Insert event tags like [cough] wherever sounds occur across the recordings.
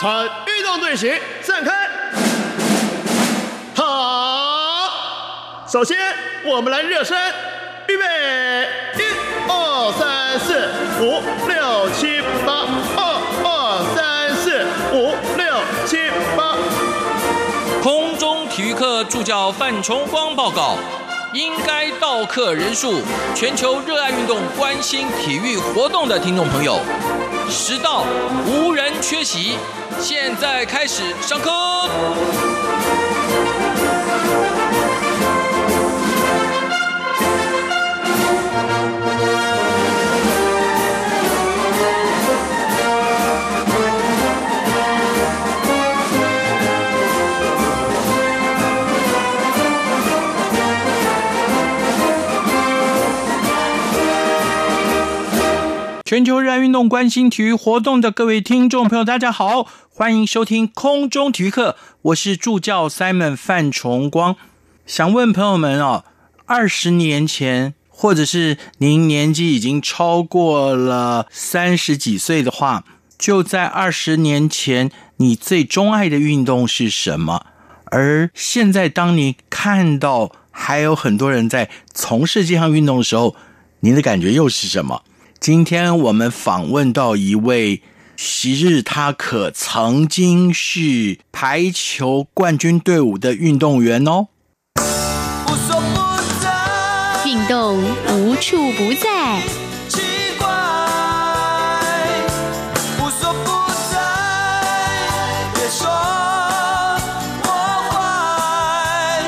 参运动队形散开。好，首先我们来热身，预备，一、二、三、四、五、六、七、八，二、二、三、四、五、六、七、八。空中体育课助教范崇光报告：应该到课人数，全球热爱运动、关心体育活动的听众朋友，迟到无人缺席。现在开始上课。全球热爱运动、关心体育活动的各位听众朋友，大家好，欢迎收听空中体育课，我是助教 Simon 范崇光。想问朋友们哦，二十年前，或者是您年纪已经超过了三十几岁的话，就在二十年前，你最钟爱的运动是什么？而现在，当你看到还有很多人在从事这项运动的时候，您的感觉又是什么？今天我们访问到一位，昔日他可曾经是排球冠军队伍的运动员哦。无所不在，运动无处不在，奇怪，无所不在，别说我坏，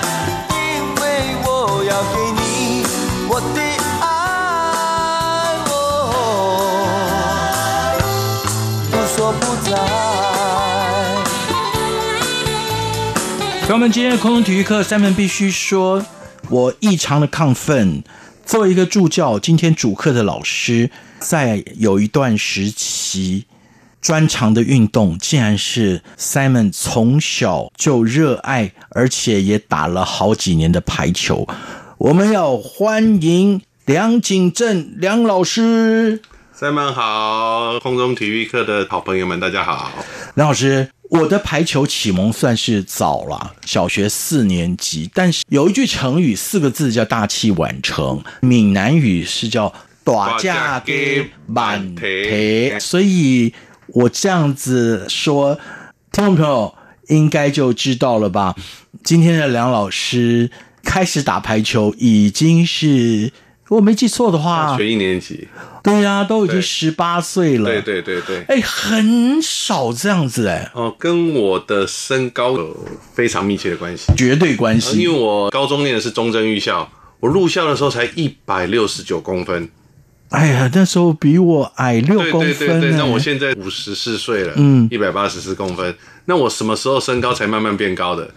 因为我要给你我的爱，哦，无所不在。朋友们，今天的空中体育课，三门必须说，我异常的亢奋。作为一个助教，今天主课的老师，在有一段时期，专长的运动竟然是 Simon 从小就热爱，而且也打了好几年的排球。我们要欢迎梁景正梁老师。塞曼好，空中体育课的好朋友们，大家好。梁老师，我的排球启蒙算是早了，小学四年级。但是有一句成语，四个字叫“大器晚成”，闽南语是叫“打架给满赔”，所以我这样子说，听众朋友应该就知道了吧？今天的梁老师开始打排球已经是。如果没记错的话，学一年级，对呀、都已经对十八岁了。对，对对对。哎，很少这样子哎、哦，跟我的身高有非常密切的关系，绝对关呃因为系。我高中念的是中正预校，我入校的时候才一百六十九公分，哎呀，那时候比我矮六对公对分、呢。欸对对。那我现在五十四岁了，嗯一百八十四公分。那我什么时候身高才慢慢变高的？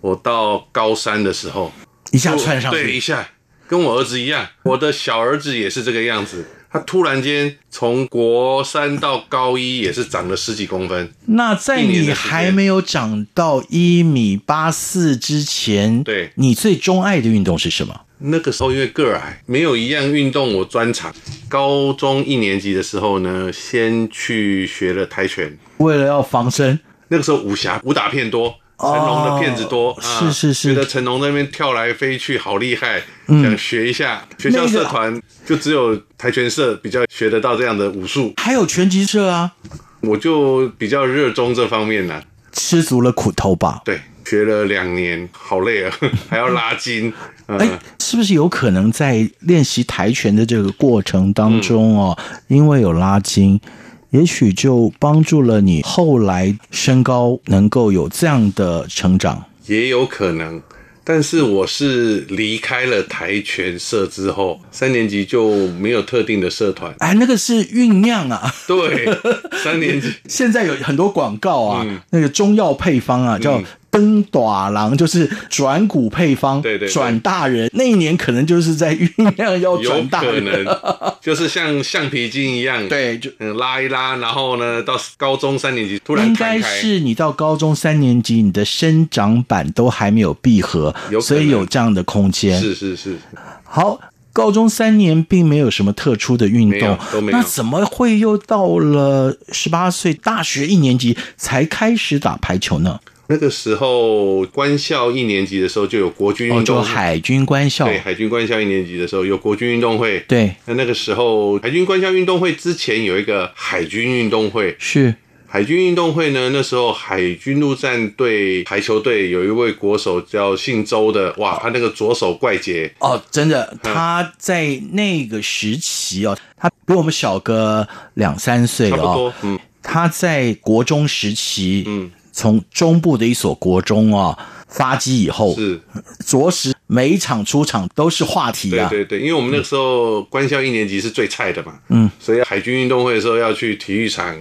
我到高三的时候，一下窜上对，一去，下跟我儿子一样，我的小儿子也是这个样子。他突然间从国三到高一也是长了十几公分，那在一年你的时间还没有长到一米八四之前，对你最钟爱的运动是什么？那个时候因为个儿矮，没有一样运动我专长。高中一年级的时候呢，先去学了跆拳，为了要防身，那个时候武侠武打片多，成龙的片子多，啊哦是是是嗯觉得成龙在那边跳来飞去好厉害，想学一下。学校社团就只有跆拳社比较学得到这样的武术，还有拳击社啊，我就比较热衷这方面啦、吃足了苦头吧。对，学了两年，好累啊， [laughs] 还要拉筋。嗯、哎，是不是有可能在练习跆拳的这个过程当中哦，嗯因为有拉筋，也许就帮助了你后来身高能够有这样的成长？。也有可能。但是我是离开了跆拳社之后，三年级就没有特定的社团哎，那个是酝酿啊。 [laughs] 对，三年级现在有很多广告啊，嗯那个中药配方啊，叫灯短郎，就是转骨配方，对对对转大人。那一年可能就是在酝酿要有转大可人，能就是像橡皮筋一 [laughs] 样，，对，就嗯，拉一拉，然后呢，到高中三年级突然应弹该开，是你到高中三年级，你的生长板都还没有闭合有可，所能以有这样的空间。是是是，好，高中三年并没有什么特殊的运没动有都，没有那怎么会又到了十八岁大学一年级才开始打排球呢？那个时候官校一年级的时候就有国军哦，运就动，海军官校，对海军官校一年级的时候有国军运动会。哦对那那个时候海军官校运动会之前有一个海军运动会，是海军运动会呢，那时候海军陆战队排球队有一位国手叫姓周的，哇，他那个左手怪杰，哦，真的，嗯他在那个时期哦，他比我们小个两三岁差不哦多，，嗯，他在国中时期，嗯，从中部的一所国中哦发迹以后，是着实每一场出场都是话题对啊，对对，因为我们那个时候官校一年级是最菜的嘛，嗯，所以海军运动会的时候要去体育场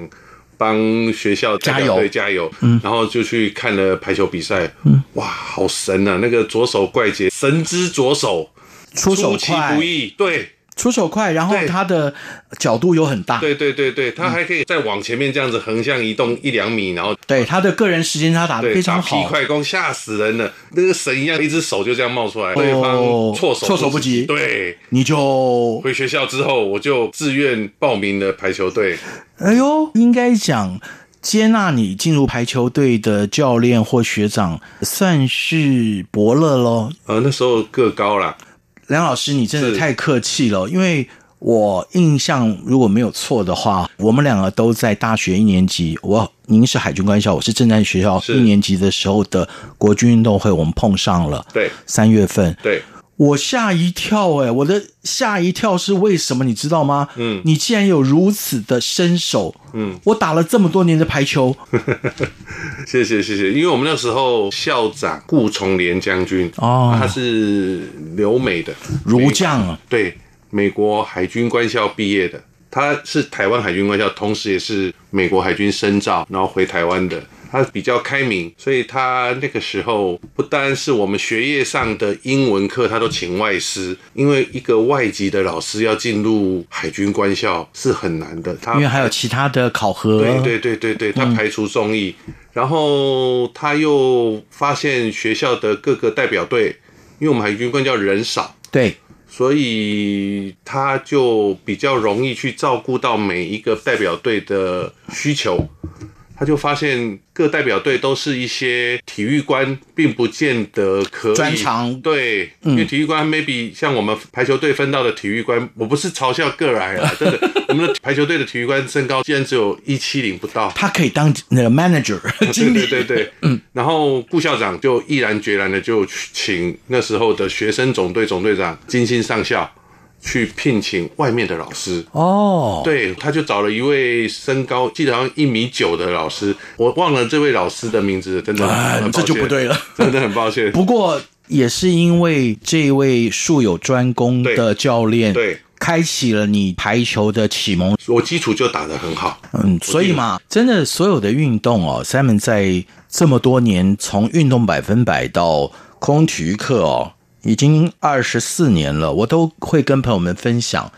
帮学校代表队加油，嗯，然后就去看了排球比赛，嗯，哇，好神啊！那个左手怪杰，神之左手，出手其快不，意，对出手快，然后对他的角度又很大，对对对对，他还可以再往前面这样子横向移动一两米，然后对他的个人时间他打得对啊非打常劈好，快攻，吓死人了，那个神一样，一只手就这样冒出来，对方措手哦措手不及对。你就回学校之后，我就自愿报名了排球队。哎呦，应该讲接纳你进入排球队的教练或学长算是伯乐喽。呃，那时候个高啦，梁老师，你真的是太客气了，因为我印象如果没有错的话，我们两个都在大学一年级，我您是海军官校，我是正战学校是一年级的时候的国军运动会，我们碰上了。对三月份，对，我吓一跳、哎，我的吓一跳是为什么？你知道吗？嗯你竟然有如此的身手，嗯，我打了这么多年的排 [laughs] 球，谢谢谢谢，因为我们那时候校长顾崇廉将军啊哦他是留美的儒将啊，美对，美国海军官校毕业的，他是台湾海军官校，同时也是美国海军深造，然后回台湾的。他比较开明，所以他那个时候不单是我们学业上的英文课，他都请外师，因为一个外籍的老师要进入海军官校是很难的。他因为还有其他的考核，对对对对对，他排除众议，然后他又发现学校的各个代表队，因为我们海军官叫人少，对所以他就比较容易去照顾到每一个代表队的需求。他就发现各代表队都是一些体育官，并不见得可以专长嗯对，因为体育官 maybe 像我们排球队分到的体育官，我不是嘲笑个矮啊，真的，我们的排球队的体育官身高竟然只有一七零不到，他可以当那个 manager 经理， [laughs] 对对对对，嗯。然后顾校长就毅然决然的就去请那时候的学生总队总队长金星上校去聘请外面的老师。 [laughs] 哦，对，他就找了一位身高记得好像一米九的老师，我忘了这位老师的名字，真的啊很抱歉这就不对了真的很抱歉。不过也是因为这位术有专攻的对教练，对，开启了你排球的启蒙。我基础就打得很好，嗯，所以嘛，真的所有的运动哦，Simon 在这么多年，从运动百分百到空体育课哦，已经二十四年了，我都会跟朋友们分享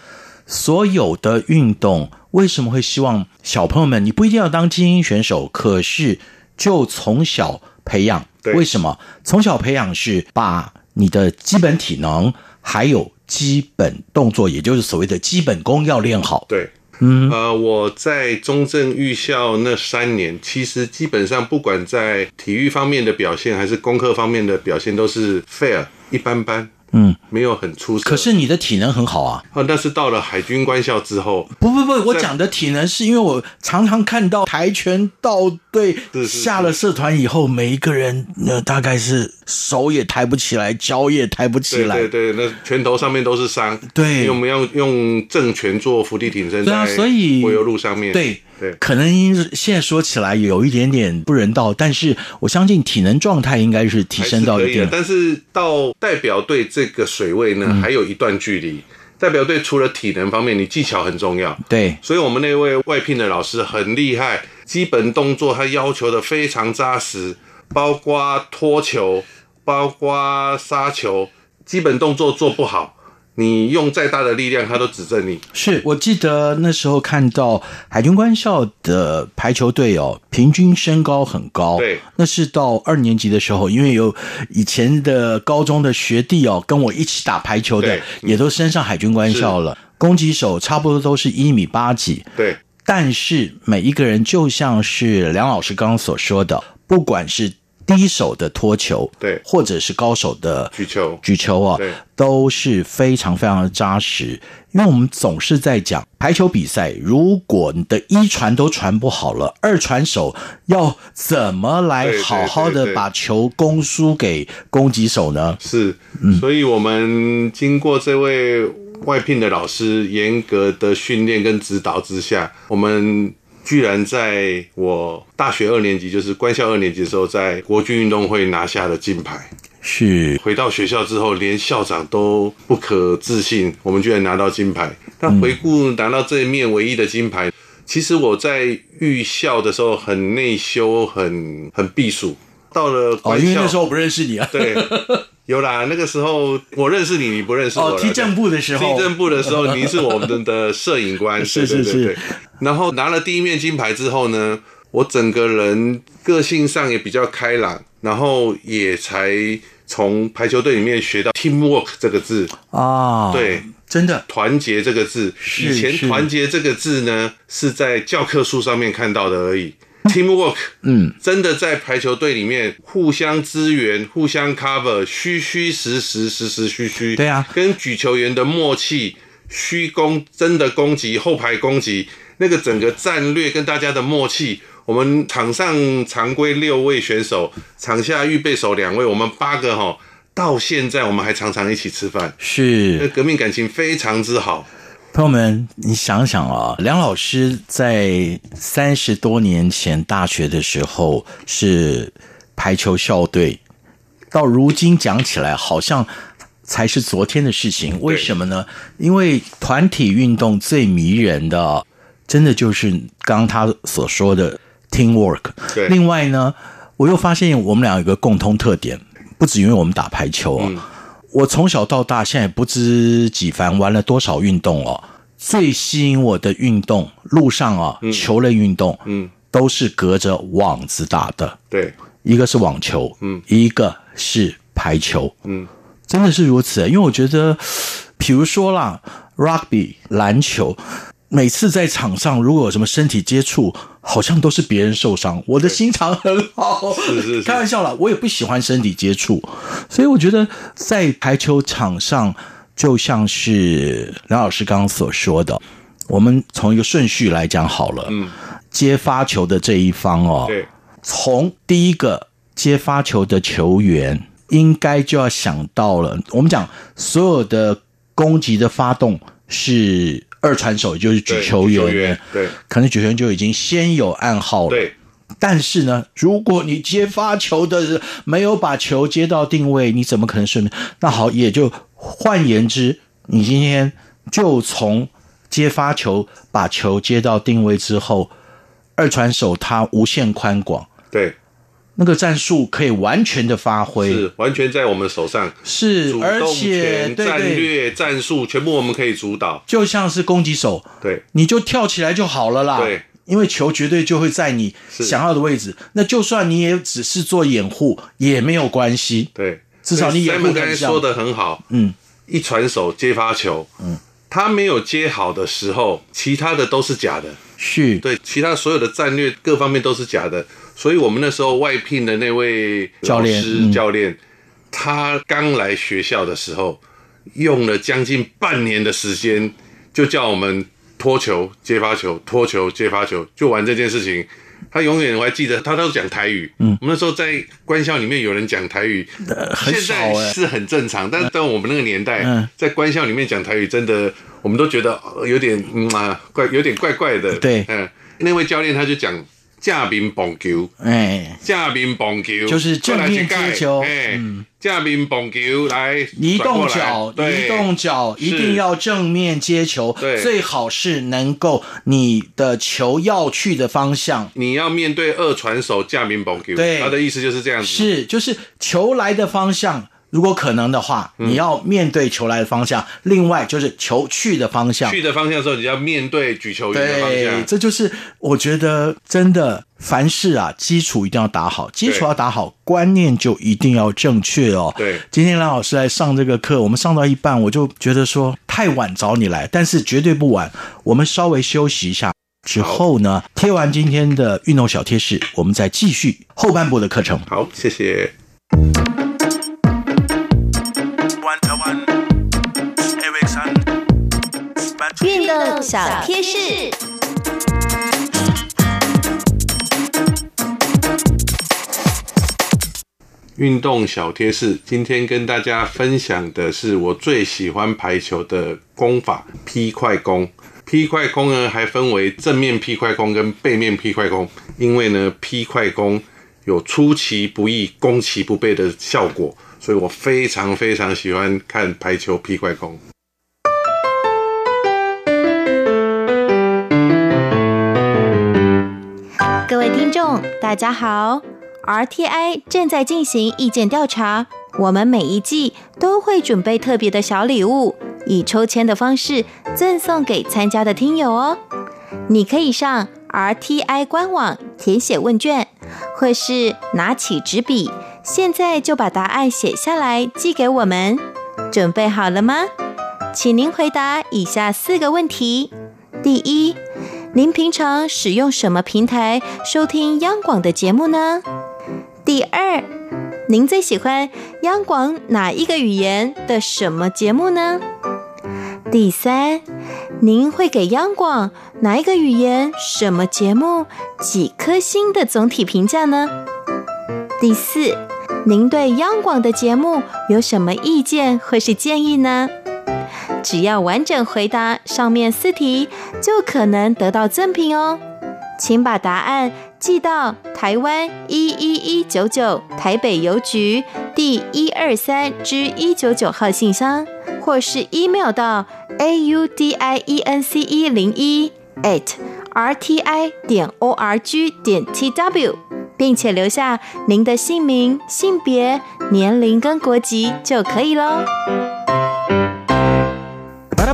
所有的运动为什么会希望小朋友们，你不一定要当精英选手，可是就从小培养。对为什么？从小培养是把你的基本体能还有基本动作，也就是所谓的基本功要练好。对。嗯，呃，我在中正预校那三年，其实基本上不管在体育方面的表现，还是功课方面的表现，都是 fair 一般般，嗯，没有很出色。可是你的体能很好啊。啊，但是到了海军官校之后，不不不，我在讲的体能是因为我常常看到跆拳道队是是下了社团以后，每一个人呃大概是手也抬不起来，脚也抬不起对来对。对，那拳头上面都是伤，对因为我们要用正拳做伏地挺身，对啊在所以柏油路上面，对对可能因为现在说起来有一点点不人道，但是我相信体能状态应该是提还升是到可一以定。。的嗯但是到代表队这个水位呢，还有一段距离。代表队除了体能方面，你技巧很重要，对，所以我们那位外聘的老师很厉害，基本动作他要求的非常扎实，包括拖球，包括杀球，基本动作做不好，你用再大的力量，他都指正你。是我记得那时候看到海军官校的排球队哦，平均身高很高。对，那是到二年级的时候，因为有以前的高中的学弟哦，跟我一起打排球的对，也都升上海军官校了。攻击手差不多都是一米八几，对，但是每一个人就像是梁老师刚刚所说的，不管是低手的托球，对或者是高手的举球举球啊对，都是非常非常的扎实。因为我们总是在讲排球比赛，如果你的一传都传不好了，二传手要怎么来对对好好对的对把球攻输给攻击手呢？是，所以我们经过这位外聘的老师严格的训练跟指导之下，我们居然在我大学二年级，就是官校二年级的时候，在国军运动会拿下了金牌。是回到学校之后，连校长都不可置信，我们居然拿到金牌。那回顾拿到这一面唯一的金牌，其实我在预校的时候很内羞，很很避暑。到了哦，官校，因为那时候我不认识你啊。对，有啦，那个时候我认识你，你不认识我啦。哦踢正步的时候踢正步的时候，您是我们的摄影 [laughs] 官，是对对是对对然后拿了第一面金牌之后呢，我整个人个性上也比较开朗，然后也才从排球队里面学到 teamwork 这个字，啊，对，真的团结这个字。是以前是团结这个字呢，是在教科书上面看到的而已。Teamwork，嗯，真的在排球队里面互相支援、互相 cover，虚虚实实、实实虚虚。对啊跟举球员的默契、虚攻、真的攻击、后排攻击，那个整个战略跟大家的默契。我们场上常规六位选手，场下预备手两位，我们八个哈，到现在我们还常常一起吃饭，是那革命感情非常之好。朋友们，你想想啊，梁老师在三十多年前大学的时候是排球校队，到如今讲起来好像才是昨天的事情。为什么呢？因为团体运动最迷人的，真的就是刚刚他所说的 teamwork。对另外呢，我又发现我们俩有一个共通特点，不止因为我们打排球嗯啊、我从小到大，现在不知几番玩了多少运动哦。最吸引我的运动，路上啊、球类运动，嗯，都是隔着网子打的。对，一个是网球，嗯，一个是排球，嗯，真的是如此。因为我觉得，比如说啦，rugby 篮球，每次在场上如果有什么身体接触，好像都是别人受伤。我的心肠很好，是是是开玩笑啦，我也不喜欢身体接触，所以我觉得在排球场上，就像是梁老师刚刚所说的。我们从一个顺序来讲好了，嗯，接发球的这一方哦，对，从第一个接发球的球员，应该就要想到了。我们讲所有的攻击的发动是二传手，也就是举对球举球员员，对，可能举球员就已经先有暗号了。对，但是呢，如果你接发球的人没有把球接到定位，你怎么可能顺便？那好，也就换言之，你今天就从接发球把球接到定位之后，二传手他无限宽广，对，那个战术可以完全的发挥，是完全在我们手上。是主而动且权、对战对，略、战术，全部我们可以主导。就像是攻击手，对，你就跳起来就好了啦。对。因为球绝对就会在你是想要的位置，那就算你也只是做掩护也没有关系。对，至少你掩护们刚才很像说的很好，嗯，一传手接发球，嗯，他没有接好的时候，其他的都是假的，是，对，其他所有的战略各方面都是假的，所以我们那时候外聘的那位教练老师嗯教练，他刚来学校的时候，用了将近半年的时间，就叫我们脱球、接发球、脱球、接发球，就玩这件事情。他永远我还记得，他都讲台语。嗯，我们那时候在官校里面有人讲台语，很现少在哎是很正常，但是在我们那个年代，嗯在官校里面讲台语，真的我们都觉得呃有点嗯啊怪，有点怪怪的。对嗯，那位教练他就讲架兵棒球，哎，架兵棒球就是正面接球嗯哎，架兵棒球来移动转脚过，来对移动脚是一定要正面接球，对最好是能够你的球要去的方向。你要面对二传手架兵棒球，对他的意思就是这样子。是，就是球来的方向，如果可能的话，嗯你要面对球来的方向，另外就是球去的方向。去的方向的时候，你要面对举球员的方啊对，向。这就是我觉得真的，凡事啊，基础一定要打好，基础要打好，观念就一定要正确哦。对今天蓝老师来上这个课，我们上到一半，我就觉得说太晚找你来，但是绝对不晚，我们稍微休息一下。之后呢，贴完今天的运动小贴士，我们再继续后半部的课程。好，谢谢。运动小贴士。运动小贴士，今天跟大家分享的是我最喜欢排球的功法——劈快攻。劈快攻呢，还分为正面劈快攻跟背面劈快攻，因为呢，劈快攻有出其不意、攻其不备的效果，所以我非常非常喜欢看排球劈快攻。各位听众，大家好。RTI 正在进行意见调查，我们每一季都会准备特别的小礼物，以抽签的方式赠送给参加的听友哦。你可以上 RTI 官网填写问卷，或是拿起纸笔，现在就把答案写下来寄给我们。准备好了吗？请您回答以下四个问题：第一，您平常使用什么平台收听央广的节目呢？第二，您最喜欢央广哪一个语言的什么节目呢？第三，您会给央广哪一个语言、什么节目几颗星的总体评价呢？第四，您对央广的节目有什么意见或是建议呢？只要完整回答上面四题，就可能得到赠品哦。请把答案寄到台湾一一一九九台北邮局第一二三至一九九号信箱，或是 email 到 a u d i e n c e 零一 at r t i 点 o r g 点 t w，并且留下您的姓名、性别、年龄跟国籍就可以喽。 Para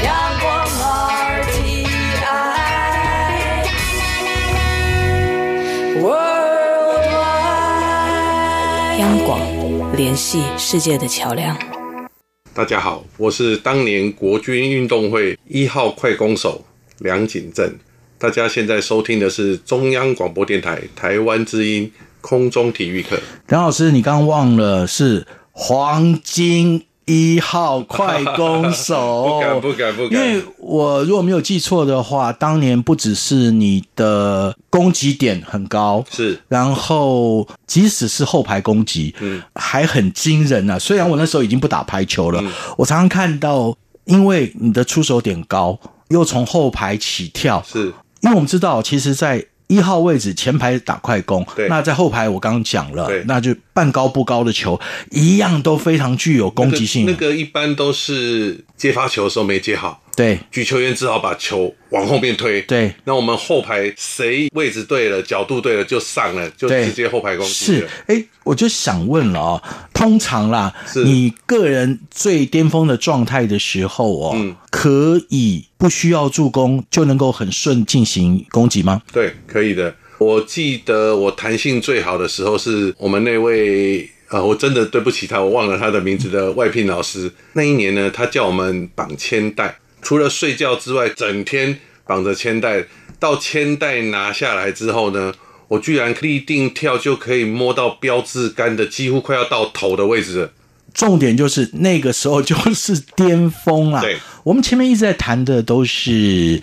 Yangon RTI Worldwide. 央广，联系世界的桥梁。大家好，我是当年国军运动会一号快攻手梁景正。大家现在收听的是中央广播电台台湾之音空中体育课。梁老师，你刚刚忘了是黄金一号快攻手， [laughs] 不敢不敢不敢因为我如果没有记错的话，当年不只是你的攻击点很高，是然后即使是后排攻击，嗯还很惊人啊。虽然我那时候已经不打排球嗯了，我常常看到，因为你的出手点高，又从后排起跳，是，因为我们知道，其实，在一号位置前排打快攻，对那在后排我刚刚讲了对，那就半高不高的球，一样都非常具有攻击性。那个那个一般都是接发球的时候没接好，对举球员只好把球往后面推。对那我们后排谁位置对了，角度对了就上了，就对直接后排攻击是了。，哎，我就想问了哦，通常啦是，你个人最巅峰的状态的时候哦，嗯可以不需要助攻就能够很顺进行攻击吗？对，可以的。我记得我弹性最好的时候是我们那位。啊，我真的对不起他，我忘了他的名字的外聘老师。那一年呢，他叫我们绑铅带，除了睡觉之外，整天绑着铅带。到铅带拿下来之后呢，我居然立定跳就可以摸到标志杆的，几乎快要到头的位置了。重点就是那个时候就是巅峰啦。对，我们前面一直在谈的都是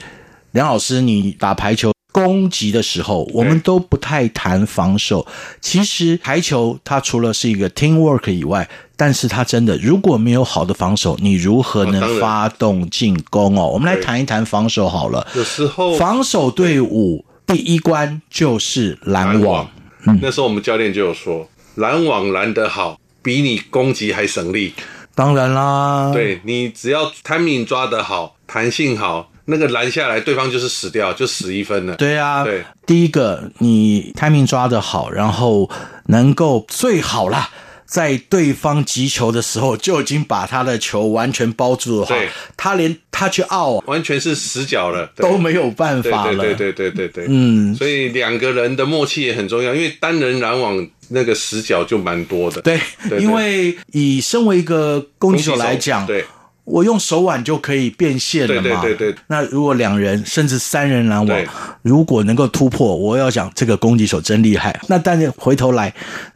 梁老师，你打排球攻击的时候，我们都不太谈防守。其实台球它除了是一个 teamwork 以外，但是它真的如果没有好的防守，你如何哦当能然发动进攻哦？我们来对哦谈一谈防守好了。有时候防守队伍第一关就是拦拦网网，那时候我们教练就有说，拦网拦得好，比你攻击还省力。当然啦，，对你只要 timing 抓得好，弹性好，那个拦下来，对方就是死掉，就死一分了。对啊，对，第一个你 timing 抓得好，然后能够最好啦。在对方击球的时候，就已经把他的球完全包住的话对，他连 touch out 完全是死角了，对都没有办对法了。对对对对对对，嗯所以两个人的默契也很重要，因为单人拦网那个死角就蛮多的。对对因为以身为一个攻攻击击手手来讲，对我用手腕就可以变现了嘛。对对对对那如果两人甚至三人拦网对，如果能够突破，我要讲这个攻击手真厉害。那但是回头来，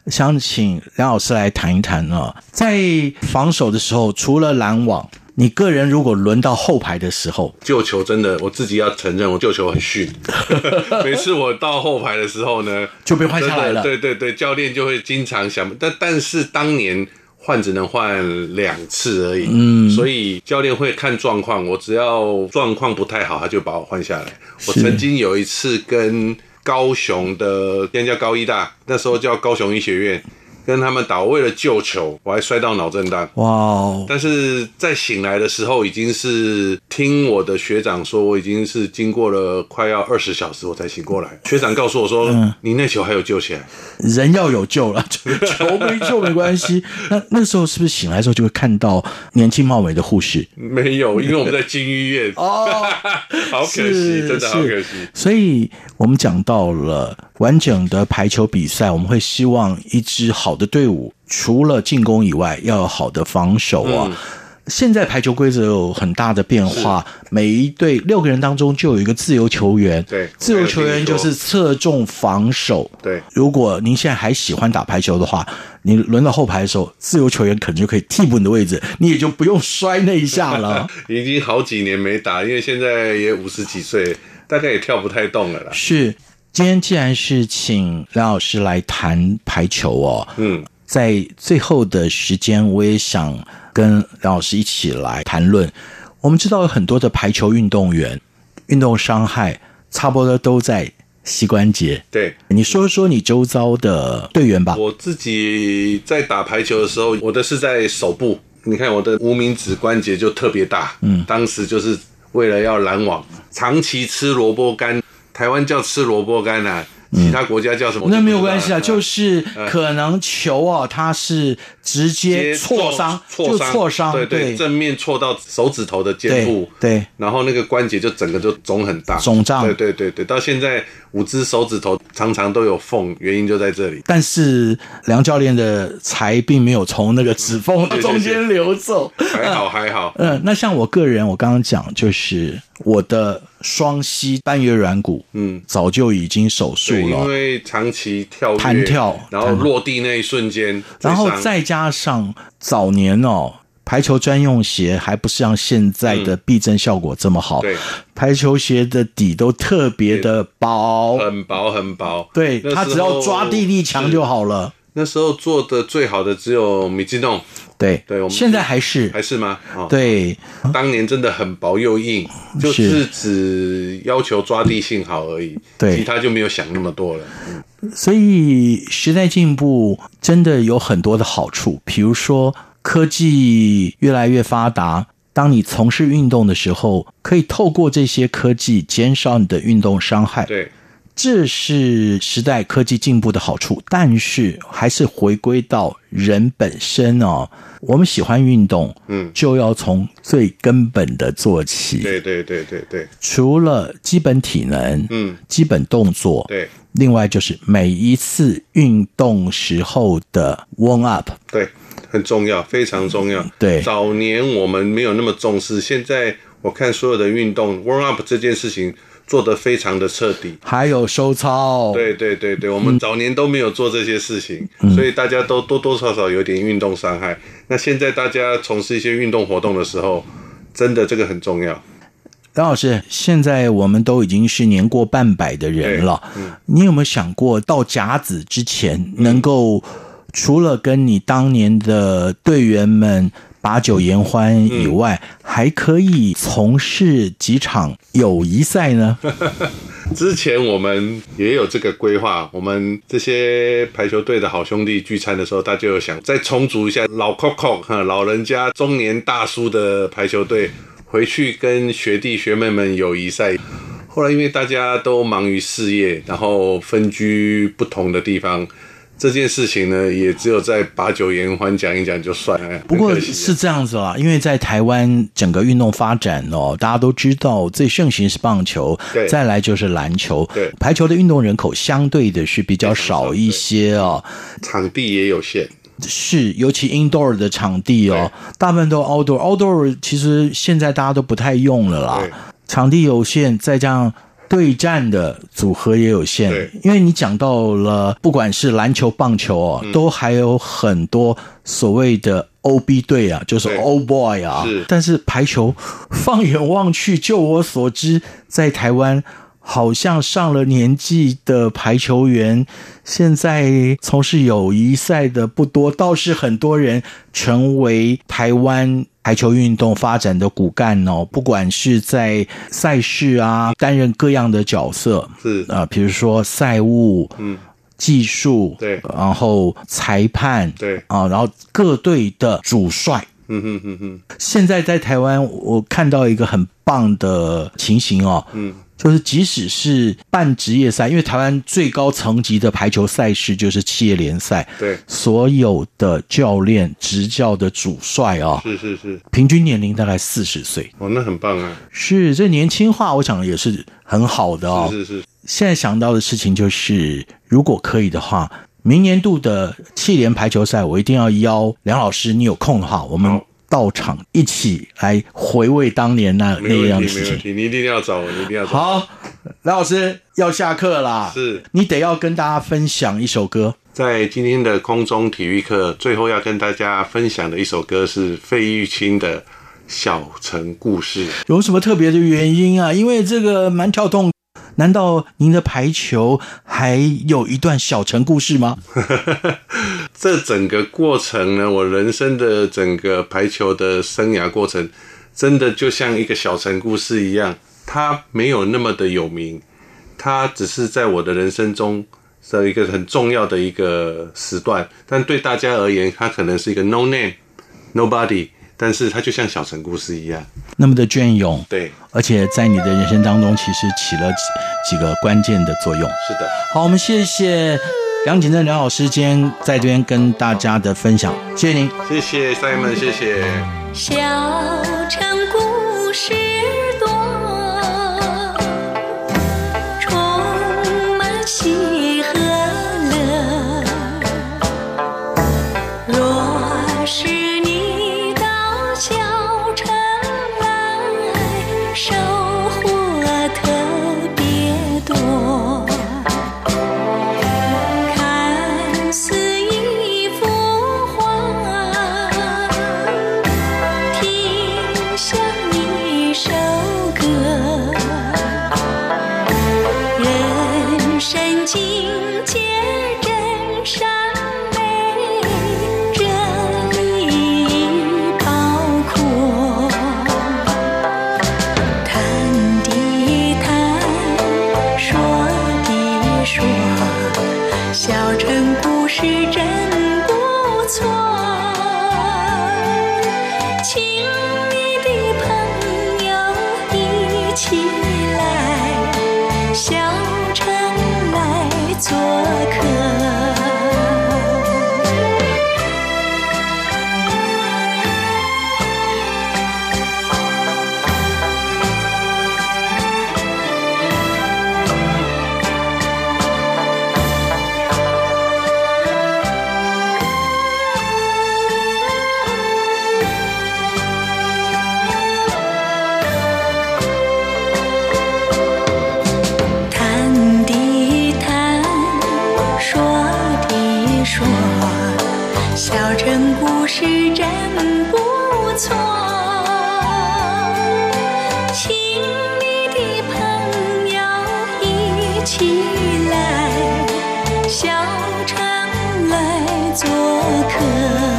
想请梁老师来谈一谈啊、在防守的时候，除了拦网，你个人如果轮到后排的时候，救球真的，我自己要承认，我救球很逊。 [laughs] 每次我到后排的时候呢，就被换下来了真的对对对，教练就会经常想，但但是当年换只能换两次而已，嗯，所以教练会看状况。我只要状况不太好，他就把我换下来。我曾经有一次跟高雄的，现在叫高医大，那时候叫高雄医学院，跟他们打，我为了救球，我还摔到脑震荡。哇哦，但是在醒来的时候，已经是听我的学长说，我已经是经过了快要二十小时，我才醒过嗯来。学长告诉我说，你那球还有救起来。人要有救了， [laughs] 球没救没关系。那那时候是不是醒来的时候就会看到年轻貌美的护士？没有，因为我们在金医 [laughs] 院。哦， [laughs] 好可惜，是真的好可是惜。所以我们讲到了完整的排球比赛，我们会希望一支好的队伍，除了进攻以外，要有好的防守啊。嗯现在排球规则有很大的变化，每一队六个人当中就有一个自由球员，对自由球员就我有听是侧重防守。对如果您现在还喜欢打排球的话，你轮到后排的时候，自由球员可能就可以替补你的位置，你也就不用摔那一下了。已经好几年没打，因为现在也五十几岁，大概也跳不太动了啦。是，今天既然是请梁老师来谈排球哦，嗯，在最后的时间，我也想跟梁老师一起来谈论。我们知道有很多的排球运动员，运动伤害差不多都在膝关节。对你说说你周遭的队员吧。我自己在打排球的时候，我的是在手部，你看我的无名指关节就特别大，嗯，当时就是为了要拦网，长期吃萝卜干，台湾叫吃萝卜干啊，其他国家叫什么？那没有关系啊，就是是嗯可能球啊，它是直接挫伤，挫就伤，挫伤，对对，正面挫到手指头的肩对部，对，然后那个关节就整个就肿很大，肿胀对对对对，到现在五只手指头常常都有缝，原因就 [laughs] 在这里。但是梁教练的财并没有从那个指缝对对对中间流走。还好还好， [laughs] 嗯，那像我个人，我刚刚讲就是我的双膝半月软骨，嗯，早就已经手术对，因了，为长期跳跃弹跳然后弹落地那一瞬间，然后伤再加上早年哦，排球专用鞋还不是像现在的避震效果这么好，对排球鞋的底都特别的薄，很薄很薄，哦对，那时候它只要抓地力强就。好了。那时候做的最好的只有米基诺，对，对我们现在还是还是吗？哦，对，当年真的很薄又硬，就是只要求抓地性好而已，对其他就没有想那么多了。所以时代进步真的有很多的好处，比如说科技越来越发达，当你从事运动的时候，可以透过这些科技减少你的运动伤害。对，这是时代科技进步的好处，但是还是回归到人本身哦。我们喜欢运动，嗯就要从最根本的做起。对对对对对，除了基本体能，嗯，基本动作，对另外就是每一次运动时候的 warm up，对，很重要，非常重要。对早年我们没有那么重视，现在我看所有的运动 warm up 这件事情做得非常的彻底。还有收操。，对对对对，我嗯们早年都没有做这些事情，所以大家都多多少少有点运动伤害。那现在大家从事一些运动活动的时候，真的这个很重要。梁老师，现在我们都已经是年过半百的人了，嗯你有没有想过到甲子之前能够除了跟你当年的队员们把酒言欢嗯以外，还可以从事几场友谊赛呢？之前我们也有这个规划，我们这些排球队的好兄弟聚餐的时候，大家有想再充足一下老 Coco 哈，老人家中年大叔的排球队，回去跟学弟学妹们友谊赛。后来因为大家都忙于事业，然后分居不同的地方，这件事情呢，也只有在把酒言欢讲一讲就算了。哎 [laughs] 不很过可惜啊是这样子啦，因为在台湾整个运动发展哦，大家都知道最盛行是棒球对，再来就是篮球对，排球的运动人口相对的是比较少一些哦， [laughs] 场地也有限，是尤其 indoor 的场地哦，大部分都 outdoor，outdoor 其实现在大家都不太用了啦对，场地有限，再加上。对战的组合也有限对，因为你讲到了，不管是篮球、棒球哦，嗯都还有很多所谓的 OB 队啊，就是对 O boy 啊，是但是排球，放眼望去，就我所知，在台湾好像上了年纪的排球员，现在从事友谊赛的不多，倒是很多人成为台湾。排球运动发展的骨干哦，不管是在赛事啊，担任各样的角色，是啊、比如说赛务，嗯，技术，对然后裁判，对啊、然后各队的主帅，嗯哼哼哼，现在在台湾，我看到一个很棒的情形哦，嗯，就是即使是半职业赛，因为台湾最高层级的排球赛事就是企业联赛，对所有的教练、执教的主帅哦，是是是，平均年龄大概四十岁，哦，那很棒啊，是这年轻化，我想也是很好的哦。是是是，现在想到的事情就是，如果可以的话，明年度的气联排球赛，我一定要邀梁老师，你有空的话，我们好到场一起来回味当年那没那问样的题事没问情。题，你一定要找我，你一定要找我。好，梁老师要下课啦，是你得要跟大家分享一首歌。在今天的空中体育课，最后要跟大家分享的一首歌是费玉清的《小城故事》。有什么特别的原因啊？因为这个蛮跳动。难道您的排球还有一段小城故事吗？ [laughs] 这整个过程呢，我人生的整个排球的生涯过程，真的就像一个小城故事一样，它没有那么的有名，它只是在我的人生中的一个很重要的一个时段。但对大家而言，它可能是一个 no name nobody，但是它就像小城故事一样。那么的隽永，对，而且在你的人生当中，其实起了几几个关键的作用。是的。好，我们谢谢梁景正梁老师今天在这边跟大家的分享，谢谢您。谢谢 Simon，谢谢。小城故事多，充满喜和乐。若是你到小城来，收获特别多。看似一幅画，听像一首歌。人生境界真善美，这里已包括。谈的谈，说的说。小城故事真不错，请你的朋友一起来，小城来做客。谈的谈，说的说，小城故事真不错。请起来，小船来做客。